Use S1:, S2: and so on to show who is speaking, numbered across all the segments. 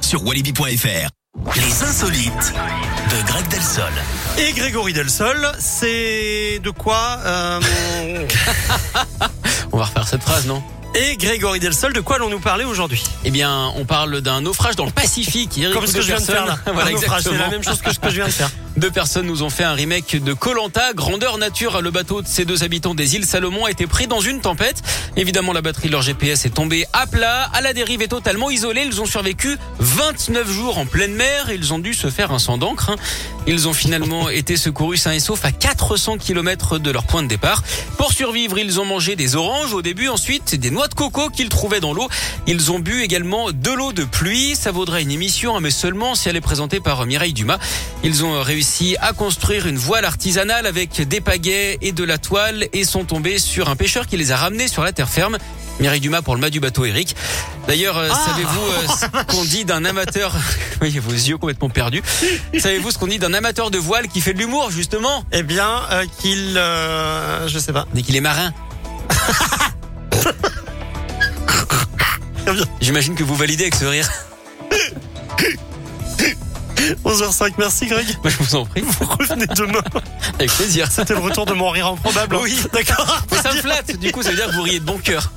S1: sur walibi.fr. Les insolites de Greg Delsol.
S2: Et Grégory Delsol, c'est de quoi euh,
S3: On va refaire cette phrase, non
S2: Et Grégory Delsol, de quoi allons-nous parler aujourd'hui
S3: Eh bien, on parle d'un naufrage dans le Pacifique. Hier,
S2: Comme
S3: beaucoup
S2: ce que je viens de faire là.
S3: personnes- voilà,
S2: Un naufrage, c'est
S3: exactement.
S2: la même chose que ce que je viens de faire.
S3: Deux personnes nous ont fait un remake de Colanta, grandeur nature. Le bateau de ces deux habitants des îles Salomon a été pris dans une tempête. Évidemment, la batterie de leur GPS est tombée à plat, à la dérive et totalement isolée. Ils ont survécu 29 jours en pleine mer. Ils ont dû se faire un sang d'encre. hein. Ils ont finalement été secourus sains et saufs à 400 km de leur point de départ. Pour survivre, ils ont mangé des oranges au début, ensuite des noix de coco qu'ils trouvaient dans l'eau. Ils ont bu également de l'eau de pluie. Ça vaudrait une émission, hein, mais seulement si elle est présentée par euh, Mireille Dumas. Ils ont euh, réussi à construire une voile artisanale avec des pagaies et de la toile et sont tombés sur un pêcheur qui les a ramenés sur la terre ferme. Mireille Dumas pour le mât du bateau Eric. D'ailleurs, euh,
S2: Ah
S3: savez-vous euh, ce qu'on dit d'un amateur Oui, vos yeux complètement perdus. Savez-vous ce qu'on dit d'un amateur de voile qui fait de l'humour justement
S2: Eh bien, euh, qu'il, euh, je sais pas.
S3: dès qu'il est marin
S2: Très bien.
S3: J'imagine que vous validez avec ce rire.
S2: 11h05, merci Greg.
S3: Moi, je vous en prie.
S2: Vous revenez demain.
S3: Avec plaisir.
S2: C'était le retour de mon rire improbable. hein.
S3: Oui.
S2: D'accord.
S3: Mais ça me flatte. Du coup, ça veut dire que vous riez de bon cœur.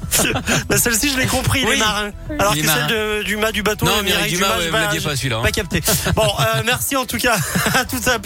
S2: Bah, celle-ci, je l'ai compris, les
S3: Oui.
S2: marins. Alors
S3: Les
S2: que celle
S3: marins.
S2: de- du mât du bateau,
S3: Non,
S2: Mireille
S3: Mireille Dumas,
S2: Dumas,
S3: ouais,
S2: je
S3: vous
S2: vais-
S3: l'aviez
S2: je-
S3: pas, celui-là, hein.
S2: Pas capté. Bon, euh, merci en tout cas. À tout à